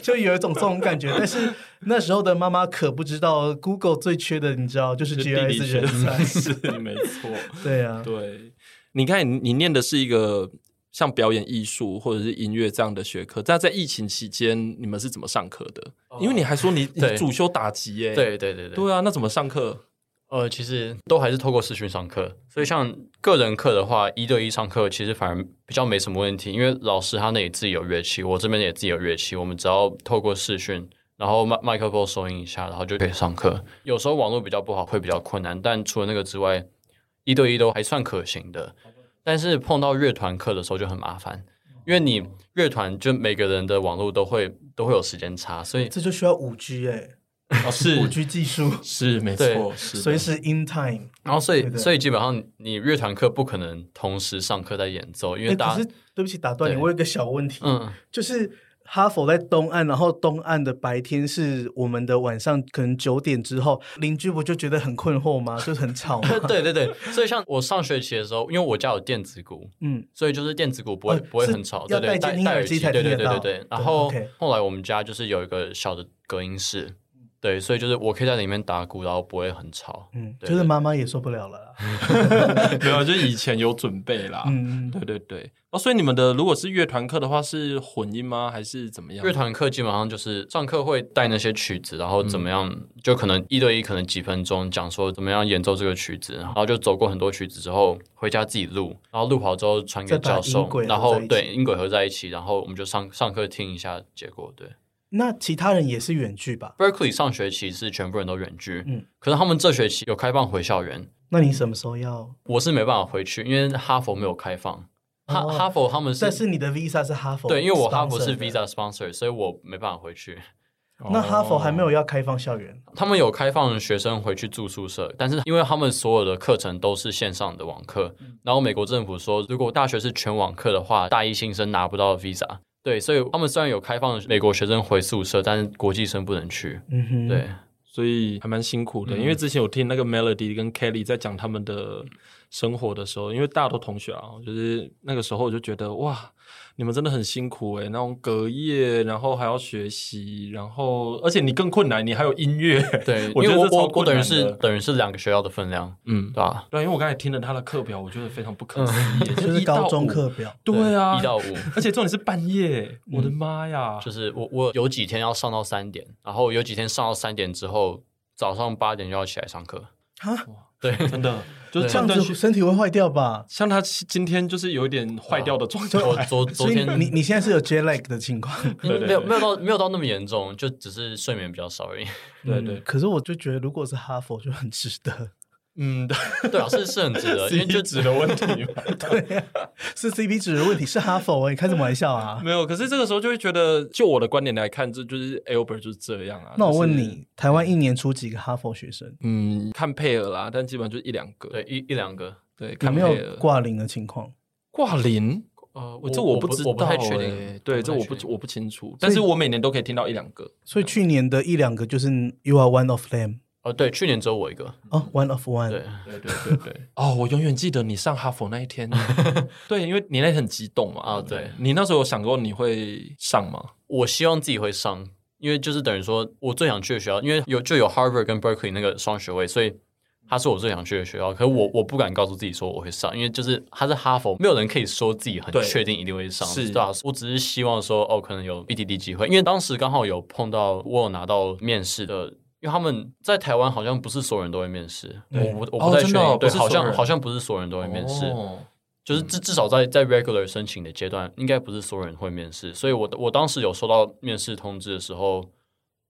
Speaker 3: 就有一种这种感觉。但是那时候的妈妈可不知道，Google 最缺的你知道就是
Speaker 1: 是地理
Speaker 3: GIS
Speaker 1: 学
Speaker 3: 人 才，
Speaker 1: 是没错。
Speaker 3: 对啊，
Speaker 1: 对，你看，你你念的是一个像表演艺术或者是音乐这样的学科，但在疫情期间，你们是怎么上课的？
Speaker 3: 哦
Speaker 1: 因为你还说 你你
Speaker 2: 对
Speaker 1: 主修打击耶，
Speaker 2: 对对对对，
Speaker 1: 对啊，那怎么上课？
Speaker 2: 呃，其实都还是透过视讯上课，所以像个人课的话，一对一上课其实反而比较没什么问题，因为老师他那里自己有乐器，我这边也自己有乐器，我们只要透过视讯，然后麦麦克风收音一下，然后就可以上课。有时候网络比较不好，会比较困难，但除了那个之外，一对一都还算可行的。但是碰到乐团课的时候就很麻烦，因为你乐团就每个人的网络都会都会有时间差，所以
Speaker 3: 这就需要五 G 哎、
Speaker 1: 哦，是
Speaker 3: 五 G 技术，
Speaker 1: 是没错，
Speaker 2: 对
Speaker 1: 是的
Speaker 3: 随时 in time。
Speaker 2: 然后所
Speaker 3: 对
Speaker 2: 以
Speaker 3: 对
Speaker 2: 所以基本上你乐团课不可能同时上课在演奏，因为
Speaker 3: 哎
Speaker 2: 大家、
Speaker 3: 可是对不起，打断你，
Speaker 2: 对
Speaker 3: 我有一个小问题，
Speaker 2: 嗯？
Speaker 3: 就是哈佛在东岸，然后东岸的白天是我们的晚上，可能九点之后，邻居不就觉得很困惑吗？就是很吵吗
Speaker 2: 对对对，所以像我上学期的时候，因为我家有电子鼓，
Speaker 3: 嗯，
Speaker 2: 所以就是电子鼓不会、
Speaker 3: 呃
Speaker 2: 不会
Speaker 3: 是
Speaker 2: 很吵，对
Speaker 3: 要
Speaker 2: 对，
Speaker 3: 戴
Speaker 2: 戴
Speaker 3: 监听
Speaker 2: 戴
Speaker 3: 耳
Speaker 2: 耳
Speaker 3: 机
Speaker 2: 机，
Speaker 3: 才
Speaker 2: 对对
Speaker 3: 听得
Speaker 2: 对
Speaker 3: 到
Speaker 2: 对对。
Speaker 3: 对
Speaker 2: 然后
Speaker 3: OK
Speaker 2: 后来我们家就是有一个小的隔音室，对，所以就是我可以在里面打鼓，然后不会很吵。
Speaker 3: 嗯，
Speaker 2: 对
Speaker 3: 就是
Speaker 2: 对
Speaker 3: 妈妈也受不了了啦。
Speaker 1: 没有，啊就是以前有准备啦。
Speaker 3: 嗯，
Speaker 1: 对对对，哦，所以你们的如果是乐团课的话，是混音吗？还是怎么样？
Speaker 2: 乐团课基本上就是上课会带那些曲子，然后怎
Speaker 3: 嗯
Speaker 2: 么样，就可能一对一，可能几分钟讲说怎么样演奏这个曲子，然后就走过很多曲子之后，回家自己录，然后录好之后传给
Speaker 3: 再把
Speaker 2: 教
Speaker 3: 音
Speaker 2: 授
Speaker 3: 轨，合
Speaker 2: 然后
Speaker 3: 在一起
Speaker 2: 对音轨合在一起，然后我们就上上课听一下结果。对
Speaker 3: 那其他人也是远距吧？
Speaker 2: ，Berkeley 上学期是全部人都远距，
Speaker 3: 嗯
Speaker 2: 可是他们这学期有开放回校园，
Speaker 3: 那你什么时候要？
Speaker 2: 我是没办法回去，因为哈佛没有开放，哈、
Speaker 3: 哦
Speaker 2: 哈佛他们
Speaker 3: 但
Speaker 2: 是
Speaker 3: 是你的 Visa 是哈佛，
Speaker 2: 对，因为我哈佛是 Visa 哦 sponsor，所以我没办法回去。
Speaker 3: 那哈佛还没
Speaker 1: 有。
Speaker 3: 有要开放校园，
Speaker 2: 他们有开放学生回去住宿舍，但是因为他们所有的课程都是线上的网课，
Speaker 1: 嗯
Speaker 2: 然后美国政府说，如果大学是全网课的话，大一新生拿不到 visa。对，所以他们虽然有开放美国学生回宿舍，但是国际生不能去。
Speaker 3: 嗯哼，
Speaker 2: 对，
Speaker 1: 所以还蛮辛苦的。
Speaker 2: 嗯
Speaker 1: 因为之前我听那个 Melody 跟 Kelly 在讲他们的生活的时候，因为大家都同学啊，就是那个时候我就觉得哇，你们真的很辛苦诶、那种隔夜，然后还要学习，然后而且你更困难，你还有音乐。
Speaker 2: 对，
Speaker 1: 我
Speaker 2: 因
Speaker 1: 觉
Speaker 2: 为
Speaker 1: 得
Speaker 2: 我
Speaker 1: 这超
Speaker 2: 我我
Speaker 1: 困
Speaker 2: 等于
Speaker 1: 难
Speaker 2: 是
Speaker 1: 的。
Speaker 2: 等于是两个学校的分量，
Speaker 1: 嗯
Speaker 2: 对，吧？
Speaker 1: 对，因为我刚才听了他的课表，我觉得非常不可思议，
Speaker 3: 就
Speaker 1: 一
Speaker 3: 是
Speaker 1: 到
Speaker 3: 高中
Speaker 1: 五
Speaker 3: 课。表，
Speaker 1: 对啊，
Speaker 2: 一到五。
Speaker 1: 而且重点是半夜，我的妈呀！
Speaker 2: 就是我我有几天要上到三点，然后有几天上到三点之后，早上八点就要起来上课。
Speaker 3: 哈，
Speaker 2: 对，
Speaker 1: 真的，就是
Speaker 2: 对
Speaker 3: 这
Speaker 1: 像
Speaker 3: 样
Speaker 1: 段
Speaker 3: 子身体会坏掉吧？
Speaker 1: 像他今天就是有一点坏掉的状态，
Speaker 2: 我 昨 昨
Speaker 3: 所以
Speaker 2: 天
Speaker 3: 你你现在是有 jet lag 的情况，
Speaker 1: 对对
Speaker 2: 没有
Speaker 1: 对
Speaker 2: 没有到没有到那么严重，就只是睡眠比较少而已。
Speaker 1: 对对
Speaker 3: 嗯可是我就觉得，如果是哈佛就很值得，
Speaker 1: 嗯，
Speaker 2: 对啊，是是很值得，因为 就
Speaker 1: 值的问题嘛。
Speaker 3: 对啊，是 CP 值的问题，是哈佛哎，你开什么玩笑 啊？
Speaker 1: 没有，可是这个时候就会觉得，就我的观点来看，这就是 Albert 就是这样啊。
Speaker 3: 那我问
Speaker 1: 就是，
Speaker 3: 你，台湾一年出几个哈佛学生？
Speaker 1: 嗯，看配额啦，但基本上就一两个。
Speaker 2: 对一一两个。
Speaker 1: 对，
Speaker 3: 有
Speaker 1: 看
Speaker 3: 没
Speaker 1: 配
Speaker 3: 有
Speaker 1: 额。
Speaker 3: 挂零的情况？
Speaker 1: 挂零，
Speaker 2: 呃，
Speaker 1: 这
Speaker 2: 我
Speaker 1: 不知道，
Speaker 2: 我不太确
Speaker 1: 欸
Speaker 2: 定。
Speaker 1: 对，这我
Speaker 2: 太确
Speaker 1: 不
Speaker 2: 定
Speaker 1: 我不清楚，但是我每年都可以听到一两个。
Speaker 3: 所以去年的一两个就是 You are one of them
Speaker 2: 哦，对，去年只有我一个。
Speaker 3: 哦，one of
Speaker 1: 嗯
Speaker 3: one。
Speaker 2: 对，
Speaker 1: 对对对对。 哦，我永远记得你上哈佛那一 天。对，因为你那天很激动嘛。
Speaker 2: 啊
Speaker 1: 不
Speaker 2: 对
Speaker 1: 你那时候有想过你会上吗？
Speaker 2: 我希望自己会上，因为就是等于说我最想去的学校，因为有就有 Harvard 跟 Berkeley 那个双学位，所以它是我最想去的学校。可是我我不敢告诉自己说我会上，因为就是它是哈佛，没有人可以说自己很
Speaker 1: 对
Speaker 2: 确定一定会上，
Speaker 1: 是
Speaker 2: 对啊。我只是希望说哦，可能有一滴滴机会，因为当时刚好有碰到我有拿到面试的。因为他们在台湾好像不是所有人都会面试，我
Speaker 3: 对
Speaker 2: 不我不太
Speaker 1: 哦真
Speaker 2: 确
Speaker 1: 的
Speaker 2: 定，
Speaker 1: 哦
Speaker 2: 对，
Speaker 1: 不是所有
Speaker 2: 好像
Speaker 1: 人
Speaker 2: 好像不是所有人都会面试，
Speaker 1: 哦
Speaker 2: 就是至至少在在 regular 申请的阶段，应该不是所有人会面试，所以我我当时有收到面试通知的时候，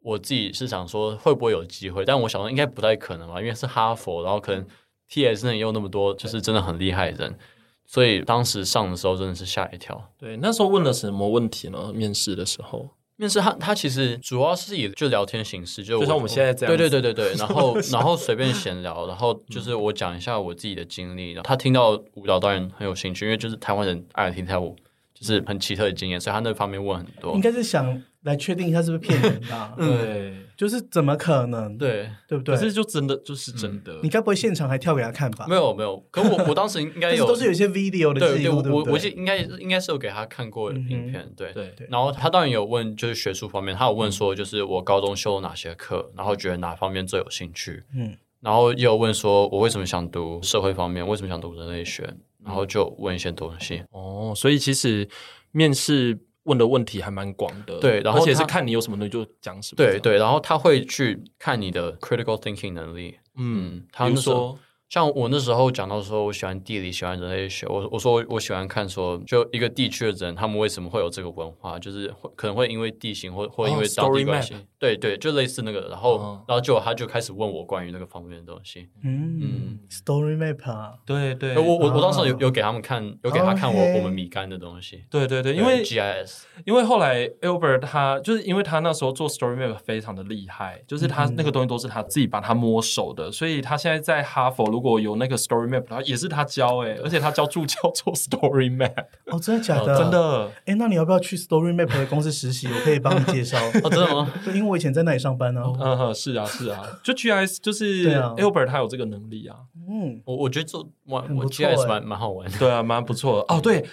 Speaker 2: 我自己是想说会不会有机会，但我想说应该不太可能吧，因为是哈佛，然后可能 TS 那里又那么多，就是真的很厉害的人，所以当时上的时候真的是吓一跳。
Speaker 1: 对，那时候问了什么问题呢？面试的时候，
Speaker 2: 面试他他其实主要是以就聊天形式，就
Speaker 1: 就像我们现在这样子
Speaker 2: 对对对对对，然 后然后随便闲聊，然后就是
Speaker 3: 嗯
Speaker 2: 我讲一下我自己的经历，然后他听到舞蹈当然很有兴趣，因为就是台湾人爱听跳舞，就是很奇特的经验，所以他那方面问很多
Speaker 3: 应。该是想来确定一下是不是骗人吧？
Speaker 1: 对，
Speaker 3: 就是怎么可能？
Speaker 2: 嗯对，
Speaker 3: 对不嗯对
Speaker 1: 可？
Speaker 3: 嗯
Speaker 1: 是就真的就是真的，
Speaker 3: 你该不会现场还跳给他看吧？
Speaker 2: 没有没有，可我我当时应该
Speaker 3: 但是
Speaker 2: 有
Speaker 3: 都是有一些 video 的
Speaker 2: 对
Speaker 3: 记
Speaker 2: 对，我
Speaker 3: 录，
Speaker 2: 我
Speaker 3: 不
Speaker 2: 我记
Speaker 3: 对？
Speaker 2: 应该应该是有给他看过
Speaker 3: 嗯哼
Speaker 2: 影片，对
Speaker 1: 对对
Speaker 2: 然后他当然有问，就是学术方面，他有问说，就是我高中修了哪些课，然后觉得哪方面最有兴趣，
Speaker 3: 嗯，
Speaker 2: 然后也有问说我为什么想读社会方面，为什么想读人类学，然后就问一些东西。
Speaker 1: 哦，所以其实面试问的问题还蛮广的，
Speaker 2: 对然后
Speaker 1: 而且
Speaker 2: 他
Speaker 1: 是看你有什么东西就讲什么，
Speaker 2: 对，对，然后他会去看你的 critical thinking 能力。
Speaker 1: 嗯，
Speaker 2: 嗯，他
Speaker 1: 比
Speaker 2: 那
Speaker 1: 如
Speaker 2: 时候
Speaker 1: 说，
Speaker 2: 像我那时候讲到说，我喜欢地理，喜欢人类学。我我说我我喜欢看说，就一个地区的人，他们为什么会有这个文化，就是会可能会因为地形或或
Speaker 1: 哦
Speaker 2: 因为当地
Speaker 1: story
Speaker 2: 关系。
Speaker 1: map
Speaker 2: 对对，就类似那个。然后、
Speaker 1: 哦
Speaker 2: 然后就他就开始问我关于那个方面的东西。
Speaker 3: 嗯，story map 啊，
Speaker 1: 对对
Speaker 2: 呃我我我
Speaker 3: 哦
Speaker 2: 当时有有给他们看，有给他看我
Speaker 3: OK
Speaker 2: 我们米干的东西。
Speaker 1: 对对对，
Speaker 2: 对
Speaker 1: 因为
Speaker 2: GIS
Speaker 1: 因为后来 Albert 他就是因为他那时候做 Story Map 非常的厉害，就是
Speaker 2: 嗯
Speaker 1: 他那个东西都是他自己把它摸熟的，所以他现在在哈佛如果有那个 Story Map，然后也是他教哎、而且他教助教 做 Story Map，
Speaker 3: 哦，真的假的？
Speaker 2: 哦
Speaker 1: 真。的
Speaker 3: 哎，那你要不要去 story map 的公司实习？我可以帮你 介绍。
Speaker 2: 哦，真的吗？
Speaker 3: 对，因为我以前在那里上班呢。
Speaker 1: 嗯哼，是啊，是啊，就 GIS 就是
Speaker 3: 对啊
Speaker 1: Albert 他有这个能力啊，
Speaker 3: 嗯，
Speaker 2: 我我觉得做玩
Speaker 3: 很不
Speaker 2: 我
Speaker 3: 错
Speaker 2: GIS
Speaker 3: 欸
Speaker 2: 蛮蛮好玩的。
Speaker 1: 对啊，蛮不错的哦。对，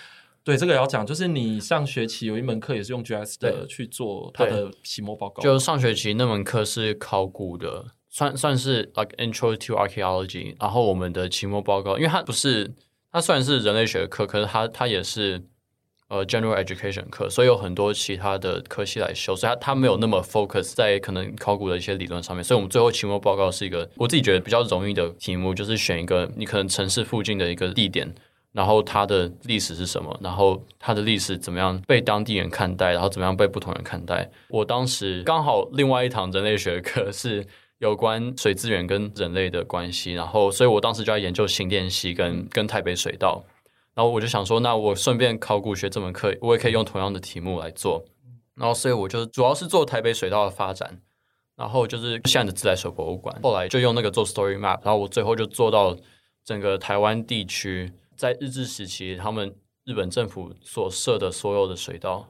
Speaker 1: 对，这个也要讲，就是你上学期有一门课也是用 GIS 的
Speaker 2: 对
Speaker 1: 去做它的期末报告，，
Speaker 2: 就上学期那门课是考古的，算算是 like intro to archaeology。然后我们的期末报告，因为它不是它虽然是人类学的课，可是它它也是呃 general education 课，所以有很多其他的科系来修，所以它它没有那么 focus 在可能考古的一些理论上面。所以我们最后期末报告是一个我自己觉得比较容易的题目，就是选一个你可能城市附近的一个地点，然后它的历史是什么，然后它的历史怎么样被当地人看待，然后怎么样被不同人看待。我当时刚好另外一堂人类学课是有关水资源跟人类的关系，然后所以我当时就在研究新店溪跟跟台北水道，然后我就想说，那我顺便考古学这门课，我也可以用同样的题目来做。然后所以我就主要是做台北水道的发展。然后就是现在的自来水博物馆，后来就用那个做 story map，然后我最后就做到整个台湾地区在日治时期，他们日本政府所设的所有的水道，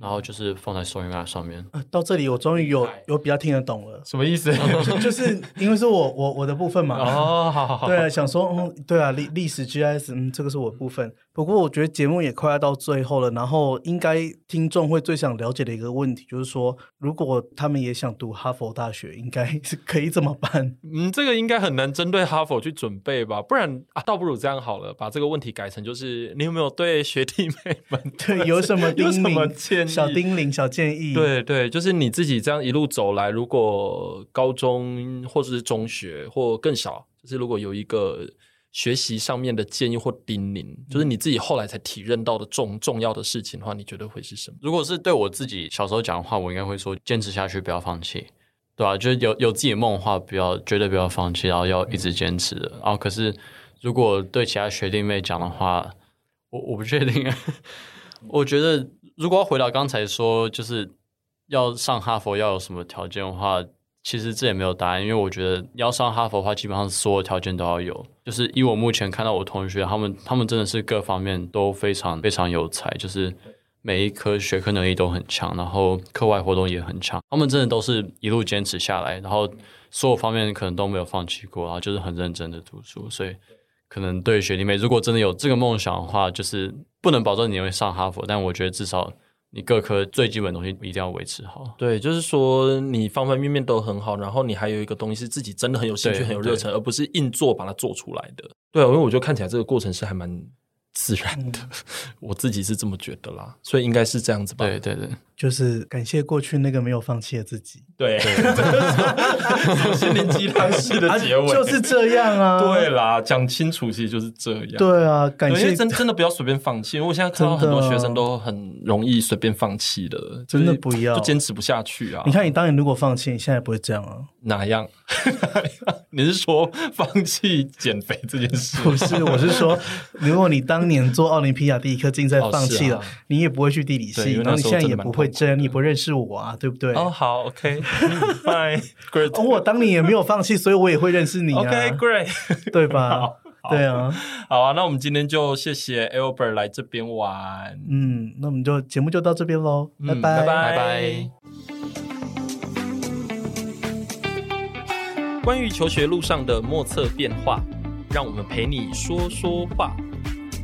Speaker 2: 然后就是放在 story map 上面。
Speaker 3: 啊到这里我终于有有比较听得懂了
Speaker 1: 什么意思？
Speaker 3: 就是因为是我我我的部分嘛，
Speaker 1: 哦，好好好，
Speaker 3: 对啊，想说，嗯，对啊，历历史 GIS，嗯，这个是我的部分。不过我觉得节目也快要到最后了，然后应该听众会最想了解的一个问题就是说，如果他们也想读哈佛大学，应该是可以怎么办？
Speaker 1: 嗯，这个应该很难针对哈佛去准备吧，不然啊，倒不如这样好了，把这个问题改成就是你有没有对学弟妹们
Speaker 3: 对，有什么叮
Speaker 1: 有什么
Speaker 3: 咛？
Speaker 1: 建议？
Speaker 3: 小叮咛、小建议？，
Speaker 1: 对对，就是你自己这样一路走来，如果高中或者是中学或更少，就是如果有一个学习上面的建议或叮咛，就是你自己后来才体认到的重重要的事情的话，你觉得会是什么？
Speaker 2: 如果是对我自己小时候讲的话，我应该会说坚持下去，不要放弃，对吧、就是有有自己的梦的话，不要绝对不要放弃，然后要一直坚持的。然后可是如果对其他学弟妹讲的话，我我不确定啊。我觉得如果要回到刚才说，就是要上哈佛要有什么条件的话，其实这也没有答案，因为我觉得要上哈佛的话，基本上所有条件都要有。就是以我目前看到我同学，他们他们真的是各方面都非常非常有才，就是每一科学科能力都很强，然后课外活动也很强。他们真的都是一路坚持下来，然后所有方面可能都没有放弃过，然后就是很认真的读书。所以可能对学弟妹，如果真的有这个梦想的话，就是不能保证你会上哈佛，但我觉得至少你各科最基本的东西一定要维持好。
Speaker 1: 对，就是说你方方面面都很好，然后你还有一个东西是自己真的很有兴趣、
Speaker 2: 对
Speaker 1: 很有热忱，而不是硬做把它做出来的。对啊，因为我觉得看起来这个过程是还蛮自然的， 我自己是这么觉得啦，所以应该是这样子吧。
Speaker 2: 对对对，
Speaker 3: 就是感谢过去那个没有放弃的自己。
Speaker 1: 对，心灵鸡汤式的结尾、
Speaker 3: 啊就是这样 啊。
Speaker 1: 对啦，讲清楚其实就是这样。
Speaker 3: 对啊，感
Speaker 1: 对。因
Speaker 3: 谢
Speaker 1: 为真真的不要随便放弃，因为我现在看到很
Speaker 3: 真的
Speaker 1: 多
Speaker 3: 啊
Speaker 1: 学生都很容易随便放弃的，就是
Speaker 3: 真的不要
Speaker 1: 就坚持不下去啊！
Speaker 3: 你看，你当年如果放弃，你现在不会这样啊？
Speaker 1: 哪样？ 你是说放弃减肥这件事？
Speaker 3: 不是，我 是说，如果你当年做奥林匹亚第一科竞赛
Speaker 1: 哦
Speaker 3: 放弃了，
Speaker 1: 是啊
Speaker 3: 你也不会去地理
Speaker 1: 对
Speaker 3: 系，
Speaker 1: 因为
Speaker 3: 然后
Speaker 1: 那
Speaker 3: 你
Speaker 1: 时候
Speaker 3: 现在
Speaker 1: 真的
Speaker 3: 也
Speaker 1: 蛮
Speaker 3: 不会
Speaker 1: 痛苦
Speaker 3: 这样，
Speaker 1: 的
Speaker 3: 你也不认识我啊，对不对？
Speaker 1: 哦，好，OK，Fine，Great，OK，Great，、
Speaker 3: 哦我当年也没有放弃，所以我也会认识 你啊
Speaker 1: OK，great
Speaker 3: 对吧
Speaker 1: 好？好
Speaker 3: 对啊，
Speaker 1: 好啊，那我们今天就谢谢 Albert 来这边玩，
Speaker 3: 嗯，那我们就节目就到这边喽，
Speaker 1: 嗯拜
Speaker 3: 拜
Speaker 2: 拜拜。
Speaker 1: 关于求学路上的莫测变化，让我们陪你说说话。